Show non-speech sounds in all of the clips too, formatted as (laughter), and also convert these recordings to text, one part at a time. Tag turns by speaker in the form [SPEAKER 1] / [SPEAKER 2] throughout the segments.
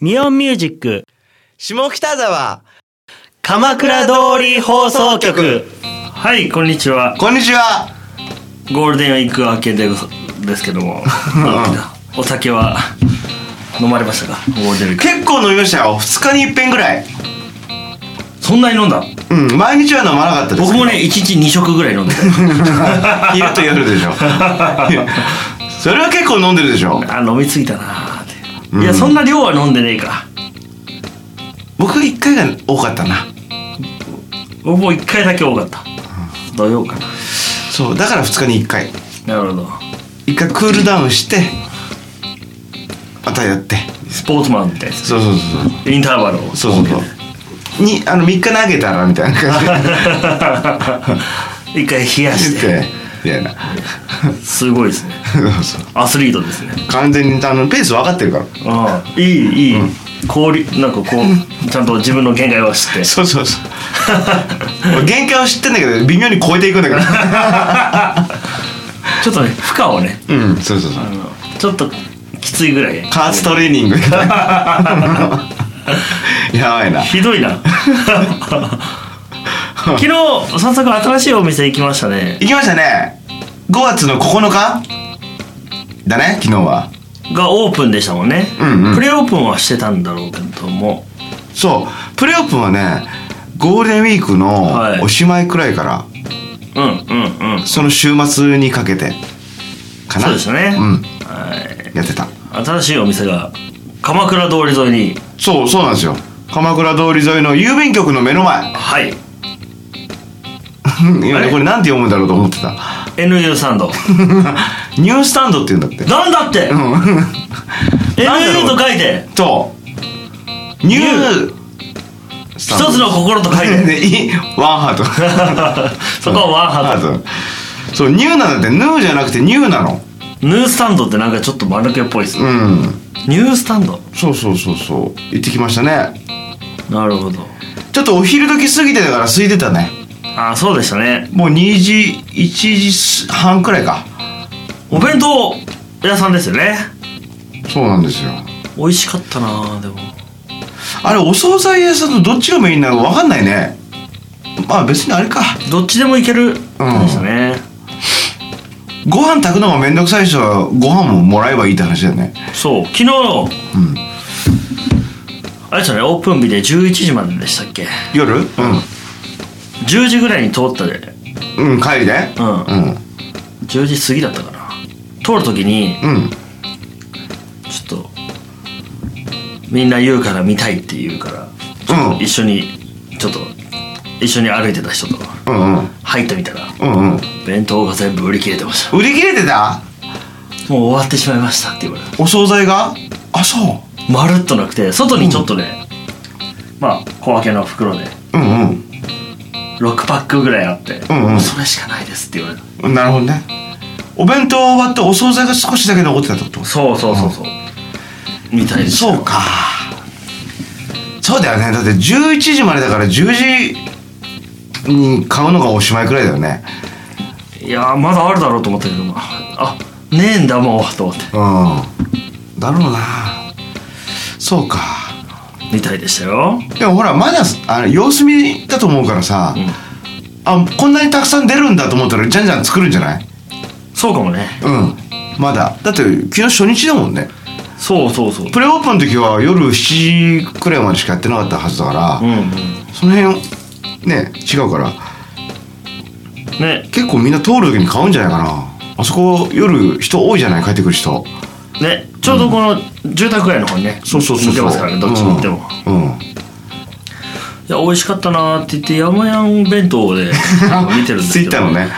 [SPEAKER 1] ミオンミュージック
[SPEAKER 2] 下北沢
[SPEAKER 1] 鎌倉通り放送局はいこんにちは
[SPEAKER 2] こんにちは
[SPEAKER 1] ゴールデンウィーク明けでござですけど (laughs) もお酒は飲まれましたかゴールデンウィーク
[SPEAKER 2] 結構飲みましたよ2日に一遍ぐらい
[SPEAKER 1] そんなに飲んだ
[SPEAKER 2] うん毎日は飲まなかったです
[SPEAKER 1] 僕もね1日2食ぐらい (laughs) 飲んで
[SPEAKER 2] 昼と夜でし (laughs) ょそれは結構飲んでるでしょ
[SPEAKER 1] たあ飲みすぎたなーって、いやそんな量は飲んでねえか
[SPEAKER 2] 僕1回が多かったな
[SPEAKER 1] 僕も1回だけ多かった土曜か
[SPEAKER 2] そうだから2日に1回
[SPEAKER 1] ななるほど
[SPEAKER 2] 1回クールダウンしてまたやって
[SPEAKER 1] スポーツマンみたいです
[SPEAKER 2] そうそう
[SPEAKER 1] インターバルを
[SPEAKER 2] そうそうそうそうにあの3日投げたらみたいな感じで
[SPEAKER 1] (laughs) 一回冷やし
[SPEAKER 2] して (laughs) てみたいな
[SPEAKER 1] すごいですね
[SPEAKER 2] そうそう
[SPEAKER 1] アスリートですね
[SPEAKER 2] 完全にあのペース分かってるから
[SPEAKER 1] ああいいいい、氷なんかこうちゃんと自分の限界は知 (laughs) って
[SPEAKER 2] そうそうそう俺限界を知ってんだけど微妙に超えていくんだから
[SPEAKER 1] ちょっとね負荷をね
[SPEAKER 2] (laughs) うんそうそうそう
[SPEAKER 1] あのちょっときついぐらい
[SPEAKER 2] 加圧トレーニング (laughs) やばいな
[SPEAKER 1] ひどい (laughs) な昨日早速新しいお店行きましたね
[SPEAKER 2] 行きましたね5月の9日だね昨日は
[SPEAKER 1] がオープンでしたもんね、
[SPEAKER 2] うんうん
[SPEAKER 1] プレオープンはしてたんだろうけども
[SPEAKER 2] そうプレオープンはねゴールデンウィーク
[SPEAKER 1] はい
[SPEAKER 2] のおしまいくらいから、
[SPEAKER 1] うんうんうん
[SPEAKER 2] その週末にかけてかな
[SPEAKER 1] そうですね、
[SPEAKER 2] うん
[SPEAKER 1] は
[SPEAKER 2] やってた
[SPEAKER 1] い新しいお店が鎌倉通り沿いに
[SPEAKER 2] そうそうなんですよ鎌倉通り沿いの郵便局の目の前
[SPEAKER 1] はい
[SPEAKER 2] 今ねこれなんて読むんだろうと思ってた
[SPEAKER 1] (laughs) NU サンド
[SPEAKER 2] ニュースタンドって言うんだって
[SPEAKER 1] なんだって、NU と書いて
[SPEAKER 2] そうニュー
[SPEAKER 1] 一つの心と書いて
[SPEAKER 2] でいワンハート
[SPEAKER 1] そこはワンハート、
[SPEAKER 2] ハートそうニューなんだってヌーじゃなくてニューなの
[SPEAKER 1] ニュースタンドってなんかちょっと丸けっぽいですね、
[SPEAKER 2] うん
[SPEAKER 1] ニュースタンド
[SPEAKER 2] そうそうそうそう行ってきましたね
[SPEAKER 1] なるほど
[SPEAKER 2] ちょっとお昼時過ぎてだから空いてたね
[SPEAKER 1] ああそうでしたね
[SPEAKER 2] もう2時1時半くらいか
[SPEAKER 1] お弁当屋さんですよね
[SPEAKER 2] そうなんですよ
[SPEAKER 1] 美味しかったなでも
[SPEAKER 2] あれお惣菜屋さんとどっちがメインなのか分かんないねまあ別にあれか
[SPEAKER 1] どっちでもいけるでしたね、
[SPEAKER 2] ご飯炊くのがめんどくさい人はご飯ももらえばいいって話だよね
[SPEAKER 1] そう昨日、あれでしたねオープン日で11時まででしたっけ
[SPEAKER 2] 夜うん
[SPEAKER 1] 10時ぐらいに通ったで
[SPEAKER 2] うん帰りで
[SPEAKER 1] うん
[SPEAKER 2] うん
[SPEAKER 1] 10時過ぎだったかな通る時に
[SPEAKER 2] うん
[SPEAKER 1] ちょっとみんな言うから見たいって言うから
[SPEAKER 2] うん
[SPEAKER 1] 一緒にちょっと一緒に歩いてた人と
[SPEAKER 2] うんうん
[SPEAKER 1] 入ってみたら
[SPEAKER 2] うんうん
[SPEAKER 1] 弁当が全部売り切れてました
[SPEAKER 2] 売り切れてた
[SPEAKER 1] もう終わってしまいましたって言われた
[SPEAKER 2] お惣菜があそ
[SPEAKER 1] まるっとなくて外にちょっとね、まあ小分けの袋で
[SPEAKER 2] ううんうん
[SPEAKER 1] 6パックぐらいあって、
[SPEAKER 2] んうん
[SPEAKER 1] もそれしかないですって言われた
[SPEAKER 2] うんなるほどねお弁当終わってお惣菜が少しだけ残ってたってこと
[SPEAKER 1] そうそうそうそう、みたいです
[SPEAKER 2] そうかそうだよねだって11時までだから10時に買うのがおしまいくらいだよね
[SPEAKER 1] いやーまだあるだろうと思ったけどまああねえんだもうと思って
[SPEAKER 2] うんだろうなそうか
[SPEAKER 1] みたいでしたよ
[SPEAKER 2] でもほらまだあの様子見だと思うからさ、あこんなにたくさん出るんだと思ったらじゃんじゃん作るんじゃない
[SPEAKER 1] そうかもね
[SPEAKER 2] うんまだだって昨日初日だもんね
[SPEAKER 1] そうそうそう
[SPEAKER 2] プレオープンの時は夜7時くらいまでしかやってなかったはずだから、
[SPEAKER 1] うんうん
[SPEAKER 2] その辺ね違うから
[SPEAKER 1] ね
[SPEAKER 2] 結構みんな通る時に買うんじゃないかなあそこ夜人多いじゃない帰ってくる人
[SPEAKER 1] ねちょうどこの住宅街の方にね、
[SPEAKER 2] 似
[SPEAKER 1] 似て
[SPEAKER 2] てま
[SPEAKER 1] ますすからら
[SPEAKER 2] かね
[SPEAKER 1] ねどっちに行っても、
[SPEAKER 2] うん、うん
[SPEAKER 1] いや美味しかったなーって言って山やん弁当
[SPEAKER 2] (laughs)
[SPEAKER 1] で見てるんですけど
[SPEAKER 2] ツイッターのね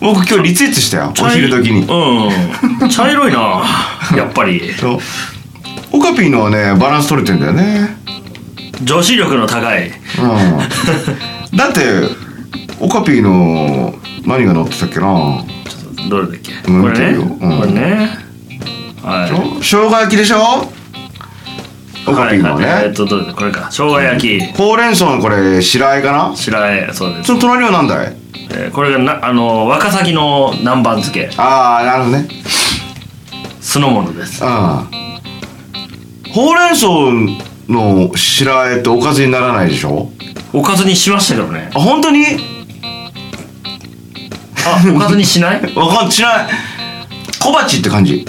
[SPEAKER 2] 僕今日リツイートしたよお
[SPEAKER 1] 茶い
[SPEAKER 2] 昼時に
[SPEAKER 1] うん茶色いなやっぱり
[SPEAKER 2] そうオカピーのはねバランス取れてんだよね
[SPEAKER 1] 女子力の高い
[SPEAKER 2] うんだってオカピーの何が乗ってたっけな
[SPEAKER 1] ちょっとどれだっけ
[SPEAKER 2] うん
[SPEAKER 1] これね、
[SPEAKER 2] 見てるようん
[SPEAKER 1] これねは
[SPEAKER 2] 生姜焼きでしょ
[SPEAKER 1] い
[SPEAKER 2] オカピーのね、
[SPEAKER 1] はい、えっとどれだこれか生姜焼き、
[SPEAKER 2] ほうれん草のこれ白あえかな
[SPEAKER 1] 白あえそうです
[SPEAKER 2] その隣は何だい
[SPEAKER 1] えーこれがなあの若崎の南蛮漬け
[SPEAKER 2] ああなるほどね
[SPEAKER 1] 酢の物です
[SPEAKER 2] うんほうれん草の白あえっておかずにならないでしょ
[SPEAKER 1] おかずにしましたけどね
[SPEAKER 2] あ本当に
[SPEAKER 1] あおかずにしない
[SPEAKER 2] (laughs) わかんしない小鉢って感じ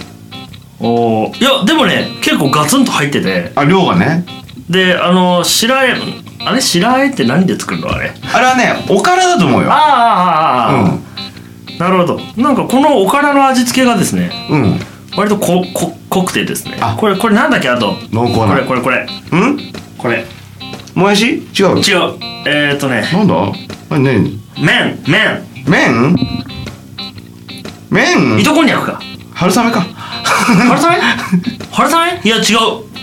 [SPEAKER 1] おーいやでもね結構ガツンと入ってて
[SPEAKER 2] あ量がね
[SPEAKER 1] であの白あえあれ白あえって何で作るのあれ
[SPEAKER 2] あれはねおからだと思うよ
[SPEAKER 1] ああああああなるほどなんかこのおからの味付けがですね
[SPEAKER 2] うんうん
[SPEAKER 1] 割とここ濃くてですね
[SPEAKER 2] あ
[SPEAKER 1] これこれなんだっけあと
[SPEAKER 2] 濃厚
[SPEAKER 1] こ
[SPEAKER 2] な
[SPEAKER 1] れこれこれ
[SPEAKER 2] うん
[SPEAKER 1] これ
[SPEAKER 2] もやし違う
[SPEAKER 1] 違うえっ、ー、とね
[SPEAKER 2] なんだ何何
[SPEAKER 1] 麺麺
[SPEAKER 2] 麺麺
[SPEAKER 1] 糸こんにゃくか
[SPEAKER 2] 春雨か
[SPEAKER 1] 春雨春雨いや違う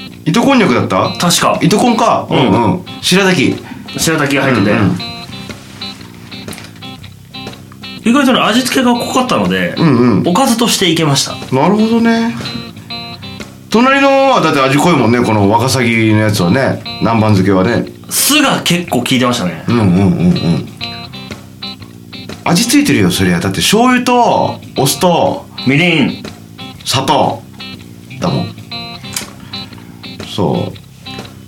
[SPEAKER 2] (laughs) 糸こんにゃくだった
[SPEAKER 1] 確か
[SPEAKER 2] 糸こんか
[SPEAKER 1] うん
[SPEAKER 2] うん白滝
[SPEAKER 1] 白滝が入ってて、
[SPEAKER 2] うんうん
[SPEAKER 1] 意外とね味付けが濃かったので、
[SPEAKER 2] うんうん
[SPEAKER 1] おかずとしていけました
[SPEAKER 2] なるほどね隣のはだって味濃いもんねこのワカサギのやつはね南蛮漬けはね
[SPEAKER 1] 酢が結構効いてましたね
[SPEAKER 2] うんうんうんうん味付いてるよそりゃだって醤油とお酢と
[SPEAKER 1] みりん
[SPEAKER 2] 砂糖だもんそ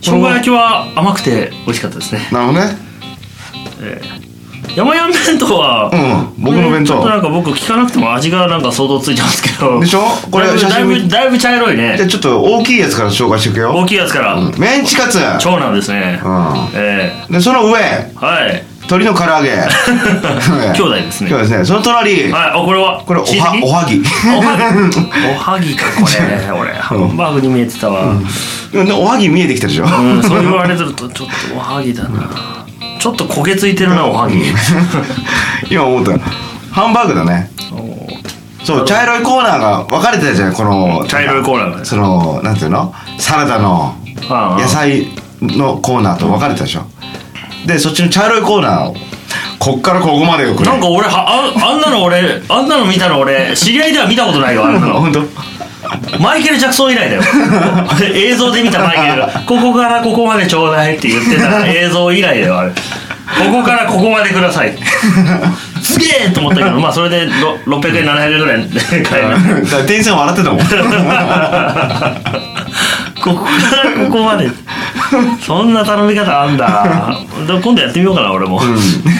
[SPEAKER 1] 生姜焼きは甘くて美味しかったですね
[SPEAKER 2] うなるほどね
[SPEAKER 1] 山々弁当は、
[SPEAKER 2] うん僕の弁
[SPEAKER 1] ちょっ
[SPEAKER 2] 当
[SPEAKER 1] となんか僕聞かなくても味がなんか相当ついてますけど
[SPEAKER 2] でしょこれ
[SPEAKER 1] だいぶ
[SPEAKER 2] 写
[SPEAKER 1] だい
[SPEAKER 2] 真見
[SPEAKER 1] ぶだいぶ茶色い
[SPEAKER 2] じゃ
[SPEAKER 1] ね
[SPEAKER 2] あちょっと大きいやつから紹介していくよ
[SPEAKER 1] 大きいやつから、
[SPEAKER 2] メンチカツ
[SPEAKER 1] 長男ですね、
[SPEAKER 2] う
[SPEAKER 1] え
[SPEAKER 2] んでその上
[SPEAKER 1] えはい
[SPEAKER 2] 鶏の唐揚げ
[SPEAKER 1] (laughs) 兄弟ですね
[SPEAKER 2] 今日ですねその隣
[SPEAKER 1] はいあこれは
[SPEAKER 2] これお
[SPEAKER 1] 親
[SPEAKER 2] は
[SPEAKER 1] 戚
[SPEAKER 2] おはぎ
[SPEAKER 1] おはぎおはぎかこれ
[SPEAKER 2] (laughs)
[SPEAKER 1] 俺ハンバーグに見えてたわ、うん
[SPEAKER 2] 今ねおはぎ見えてきたでしょ
[SPEAKER 1] そう言われてるとちょっとおはぎだなちょっと焦げついてるなお
[SPEAKER 2] (laughs)
[SPEAKER 1] はぎ
[SPEAKER 2] 今思ったハンバーグだねそう茶色いコーナーが分かれてたじゃんこの
[SPEAKER 1] 茶色いコーナーがね
[SPEAKER 2] そのなんていうのサラダの
[SPEAKER 1] ああ
[SPEAKER 2] 野菜のコーナーと分かれてたでしょでそっちの茶色いコーナーをこっからここまでよこれ
[SPEAKER 1] なんか俺はああんなの俺あんなの見たの俺知り合いでは見たことないよあんなの
[SPEAKER 2] 本当
[SPEAKER 1] マイケル・ジャクソン以来だよ (laughs) 映像で見たマイケルが「ここからここまでちょうだい」って言ってた映像以来だよあれここからここまでくださ (laughs) いすげえと思ったけどまあそれでろ600円700円ぐらいで買える (laughs)
[SPEAKER 2] (laughs) だから店員さん笑ってたもん
[SPEAKER 1] ここからここまでそんな頼み方あんだで今度やってみようかな俺も、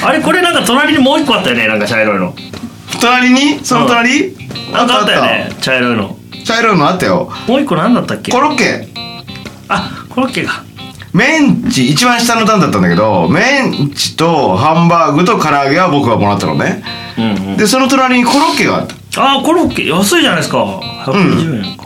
[SPEAKER 1] あれこれなんか隣にもう一個あったよねなんか茶色いの
[SPEAKER 2] 隣にその隣
[SPEAKER 1] なんかあったよね茶色いの
[SPEAKER 2] 茶色いのあったよ
[SPEAKER 1] もう一個なんだったっけ
[SPEAKER 2] コロッケ
[SPEAKER 1] あコロッケが
[SPEAKER 2] メンチ一番下の段だったんだけどメンチとハンバーグと唐揚げは僕がもらったのね
[SPEAKER 1] うんうん
[SPEAKER 2] でその隣にコロッケがあった
[SPEAKER 1] あーコロッケ安いじゃないですか120円か、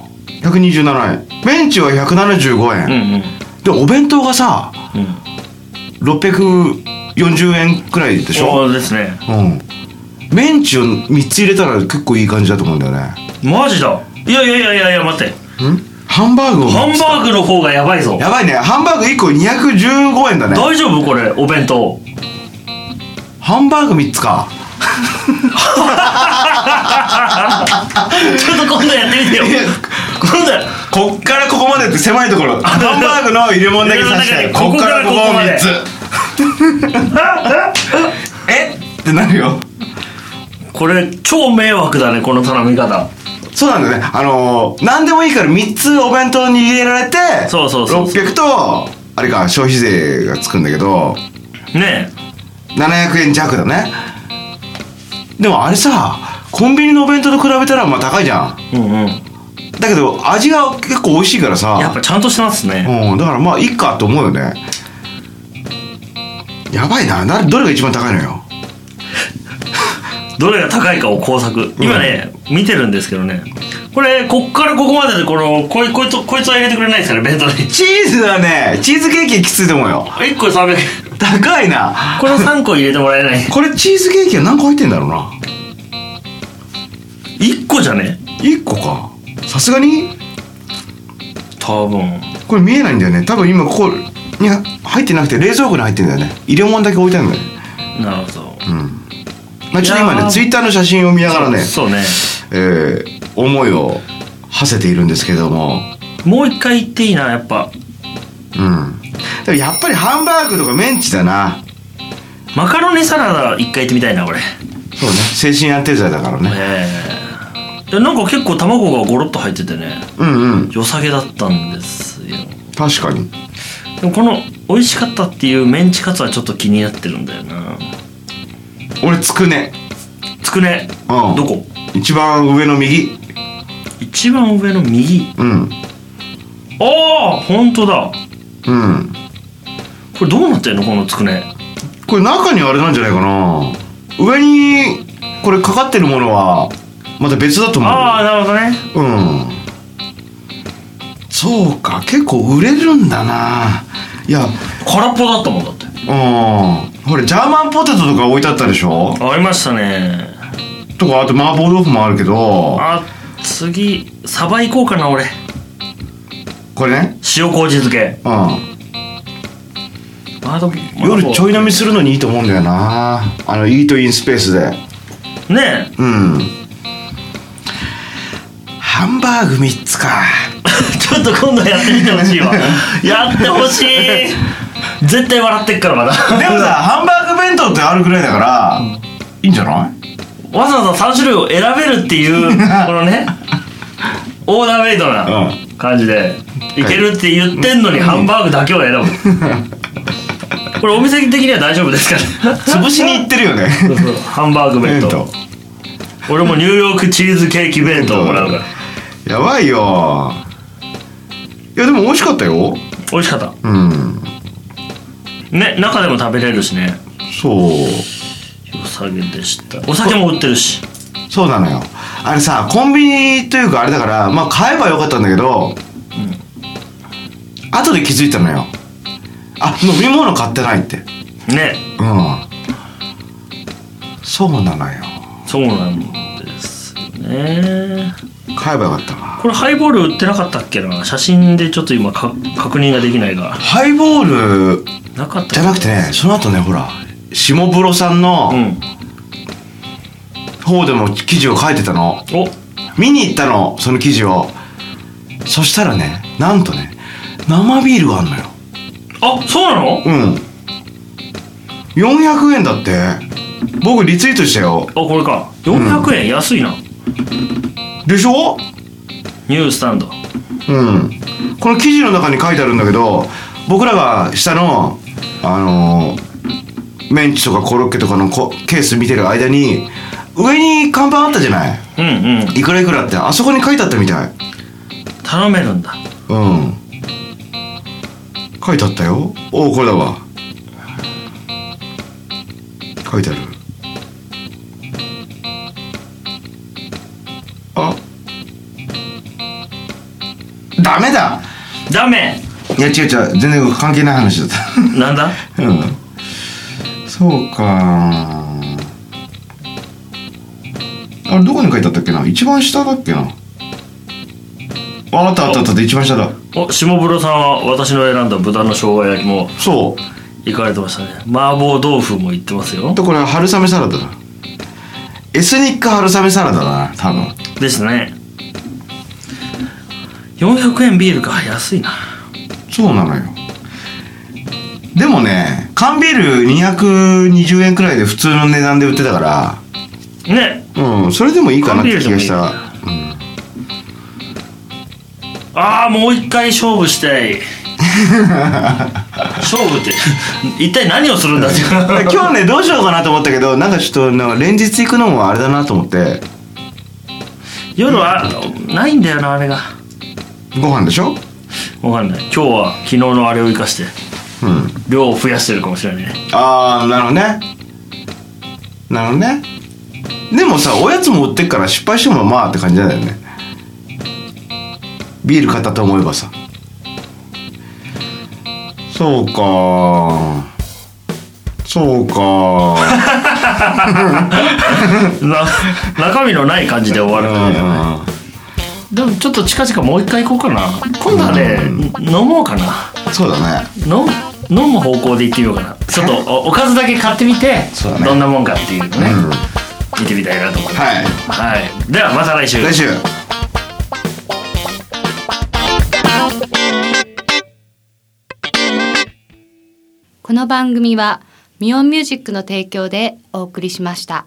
[SPEAKER 2] 127円メンチは175
[SPEAKER 1] うん、
[SPEAKER 2] 円、
[SPEAKER 1] うん
[SPEAKER 2] でお弁当がさ
[SPEAKER 1] うん
[SPEAKER 2] 640円くらいでしょ
[SPEAKER 1] そうですね
[SPEAKER 2] うんメンチを3つ入れたら結構いい感じだと思うんだよね
[SPEAKER 1] マジだいやいやいやいやいや待って
[SPEAKER 2] ハンバーグを
[SPEAKER 1] ハンバーグの方がやばいぞ
[SPEAKER 2] やばいねハンバーグ1個215円だね
[SPEAKER 1] 大丈夫これお弁当
[SPEAKER 2] ハンバーグ3つか
[SPEAKER 1] ちょっと今度やってみてよ
[SPEAKER 2] いや
[SPEAKER 1] 今度
[SPEAKER 2] こっからここまでって狭いとこ (laughs) ろハンバーグの入れ物だけさして
[SPEAKER 1] 入れ物だけ
[SPEAKER 2] こっからここを
[SPEAKER 1] ここからここまで
[SPEAKER 2] 3つえってなるよ
[SPEAKER 1] これ超迷惑だねこの頼み方
[SPEAKER 2] そうなんだよねあのー、何でもいいから3つお弁当に入れられて
[SPEAKER 1] そうそうそうそう
[SPEAKER 2] 600とあれか消費税がつくんだけど
[SPEAKER 1] ね
[SPEAKER 2] 700円弱だねでもあれさコンビニのお弁当と比べたらまあ高いじゃん
[SPEAKER 1] えうんうん
[SPEAKER 2] だけど味が結構美味しいからさ
[SPEAKER 1] やっぱちゃんとしてますね
[SPEAKER 2] うん、だからまあいいかと思うよねやばいななどれが一番高いのよ
[SPEAKER 1] どれが高いかを工作今ね、見てるんですけどねこれこっからここまででこのこいこいつこいつは入れてくれないですから弁当に
[SPEAKER 2] チーズはねチーズケーキきついと思うよ
[SPEAKER 1] 1個300円
[SPEAKER 2] 高いな
[SPEAKER 1] この3個入れてもらえない
[SPEAKER 2] これチーズケーキは何個入ってんだろうな
[SPEAKER 1] 1個じゃね
[SPEAKER 2] 1個かさすがに
[SPEAKER 1] 多分
[SPEAKER 2] これ見えないんだよね多分今ここに入ってなくて冷蔵庫に入ってんだよね入れ物だけ置いてあるんだよね、
[SPEAKER 1] なるほど
[SPEAKER 2] まあ、ちょっと
[SPEAKER 1] い
[SPEAKER 2] 今
[SPEAKER 1] やー
[SPEAKER 2] ねツイッターの写真を見ながらね、
[SPEAKER 1] そうね
[SPEAKER 2] えー思いを馳せているんですけども
[SPEAKER 1] もう一回言っていいなやっぱ
[SPEAKER 2] うんでもやっぱりハンバーグとかメンチだな
[SPEAKER 1] マカロニサラダ一回行ってみたいな俺
[SPEAKER 2] そうね精神安定剤だからね
[SPEAKER 1] ええなんか結構卵がゴロッと入っててね
[SPEAKER 2] うんうん
[SPEAKER 1] 良さげだったんですよ
[SPEAKER 2] 確かに
[SPEAKER 1] でもこの美味しかったっていうメンチカツはちょっと気になってるんだよな
[SPEAKER 2] 俺つくね
[SPEAKER 1] つくね
[SPEAKER 2] うん
[SPEAKER 1] どこ
[SPEAKER 2] 一番上の右
[SPEAKER 1] 一番上の右
[SPEAKER 2] うん
[SPEAKER 1] ああ本当だ
[SPEAKER 2] うん
[SPEAKER 1] これどうなってんのこのつくね
[SPEAKER 2] これ中にあれなんじゃないかな上にこれかかってるものはまた別だと思う
[SPEAKER 1] ああなるほどね
[SPEAKER 2] うんそうか結構売れるんだないや
[SPEAKER 1] 空っぽだったもんだって
[SPEAKER 2] うんほれジャーマンポテトとか置いてあったでしょ
[SPEAKER 1] ありましたね
[SPEAKER 2] とかあと麻婆豆腐もあるけど
[SPEAKER 1] あ次サバ行こうかな俺
[SPEAKER 2] これね
[SPEAKER 1] 塩麹漬け
[SPEAKER 2] うん
[SPEAKER 1] あでも
[SPEAKER 2] 夜ちょい飲みするのにいいと思うんだよなあのイートインスペースで
[SPEAKER 1] ねえ
[SPEAKER 2] うんハンバーグ3つか
[SPEAKER 1] (laughs) ちょっと今度やってみてほしい
[SPEAKER 2] (laughs)
[SPEAKER 1] わやってほしい絶対笑ってっからまだ
[SPEAKER 2] (laughs) でもさハンバーグ弁当ってあるぐらいだから、いいんじゃない
[SPEAKER 1] わざわざ3種類を選べるっていう
[SPEAKER 2] (laughs)
[SPEAKER 1] このねオーダーメイドな
[SPEAKER 2] う
[SPEAKER 1] 感じでいけるって言ってんのにハンバーグだけを選ぶ
[SPEAKER 2] (laughs)
[SPEAKER 1] これお店的には大丈夫ですかね
[SPEAKER 2] 潰しに行ってるよね
[SPEAKER 1] そうそうハンバーグ弁
[SPEAKER 2] (laughs)
[SPEAKER 1] 当
[SPEAKER 2] 弁当
[SPEAKER 1] 俺もニューヨークチーズケーキ弁当をもらうから
[SPEAKER 2] やばいよいやでも美味しかったよ
[SPEAKER 1] 美味しかった
[SPEAKER 2] うん
[SPEAKER 1] ね中でも食べれるしね
[SPEAKER 2] そう
[SPEAKER 1] 良さげでしたお酒も売ってるし
[SPEAKER 2] そうなのよあれさコンビニというかあれだからまあ買えばよかったんだけど、後で気づいたのよあ飲み物買ってないって
[SPEAKER 1] ね
[SPEAKER 2] うんそうなのよ
[SPEAKER 1] そうなんですよね
[SPEAKER 2] 買えばよかったな
[SPEAKER 1] これハイボール売ってなかったっけな写真でちょっと今か確認ができないが
[SPEAKER 2] ハイボール
[SPEAKER 1] なかった
[SPEAKER 2] じゃなくてねその後ねほら下風呂さん
[SPEAKER 1] う
[SPEAKER 2] の
[SPEAKER 1] ん
[SPEAKER 2] 方でも記事を書いてたの、
[SPEAKER 1] お
[SPEAKER 2] 見に行ったのその記事をそしたらねなんとね生ビールがあんのよ
[SPEAKER 1] あそうなの
[SPEAKER 2] うん400円だって僕リツイートしたよ
[SPEAKER 1] あこれか400円安いな
[SPEAKER 2] でしょ
[SPEAKER 1] ニュースタンド
[SPEAKER 2] うんこの記事の中に書いてあるんだけど僕らが下のあのーメンチとかコロッケとかのこケース見てる間に上に看板あったじゃない
[SPEAKER 1] うんうん
[SPEAKER 2] いくらいくらってあそこに書いてあったみたい
[SPEAKER 1] 頼めるんだ
[SPEAKER 2] うん書いてあったよおおこれだわ書いてあるあダメだ
[SPEAKER 1] ダメ
[SPEAKER 2] いや違う違う全然関係ない話だっ
[SPEAKER 1] なんだ
[SPEAKER 2] た (laughs) うんそうかあれどこに書いてあったっけな一番下だっけなああったあったあった一番下だ
[SPEAKER 1] お下風呂さんは私の選んだ豚の生姜焼きも
[SPEAKER 2] そう
[SPEAKER 1] 行かれてましたね麻婆豆腐も行ってますよ
[SPEAKER 2] とこれは春雨サラダだエスニック春雨サラダだな多分
[SPEAKER 1] ですね400円ビールか安いな
[SPEAKER 2] そうなのよでもね缶ビール220円くらいで普通の値段で売ってたか
[SPEAKER 1] ね
[SPEAKER 2] らうんそれでもいいかなって気がし
[SPEAKER 1] 缶
[SPEAKER 2] た
[SPEAKER 1] ああもう一回勝負したい勝負って一体何をするんだっていう
[SPEAKER 2] で今日ねどうしようかなと思ったけどなんかちょっとなんか連日行くのもあれだなと思って
[SPEAKER 1] 夜はないんだよなあれが
[SPEAKER 2] ご飯でしょ
[SPEAKER 1] わかんない今日は昨日のあれを生かして
[SPEAKER 2] うん
[SPEAKER 1] 量を増やしてるかもしれないね
[SPEAKER 2] ああなるほどねなるほどねでもさおやつも売ってっから失敗してもまあって感じなんだよねビール買ったと思えばさそうかそうか
[SPEAKER 1] な中身のない感じで終わるからねでもちょっと近々もう一回行こうかな今度はね、飲もうかな
[SPEAKER 2] そうだね
[SPEAKER 1] 飲飲む方向で行ってみようかなちょっとおおかずだけ買ってみて、
[SPEAKER 2] そうだね
[SPEAKER 1] どんなもんかっていうのね、
[SPEAKER 2] うん
[SPEAKER 1] 見てみたいなと思います、
[SPEAKER 2] はい
[SPEAKER 1] はい、ではまた来週
[SPEAKER 2] 来週
[SPEAKER 3] この番組はミオンミュージックの提供でお送りしました。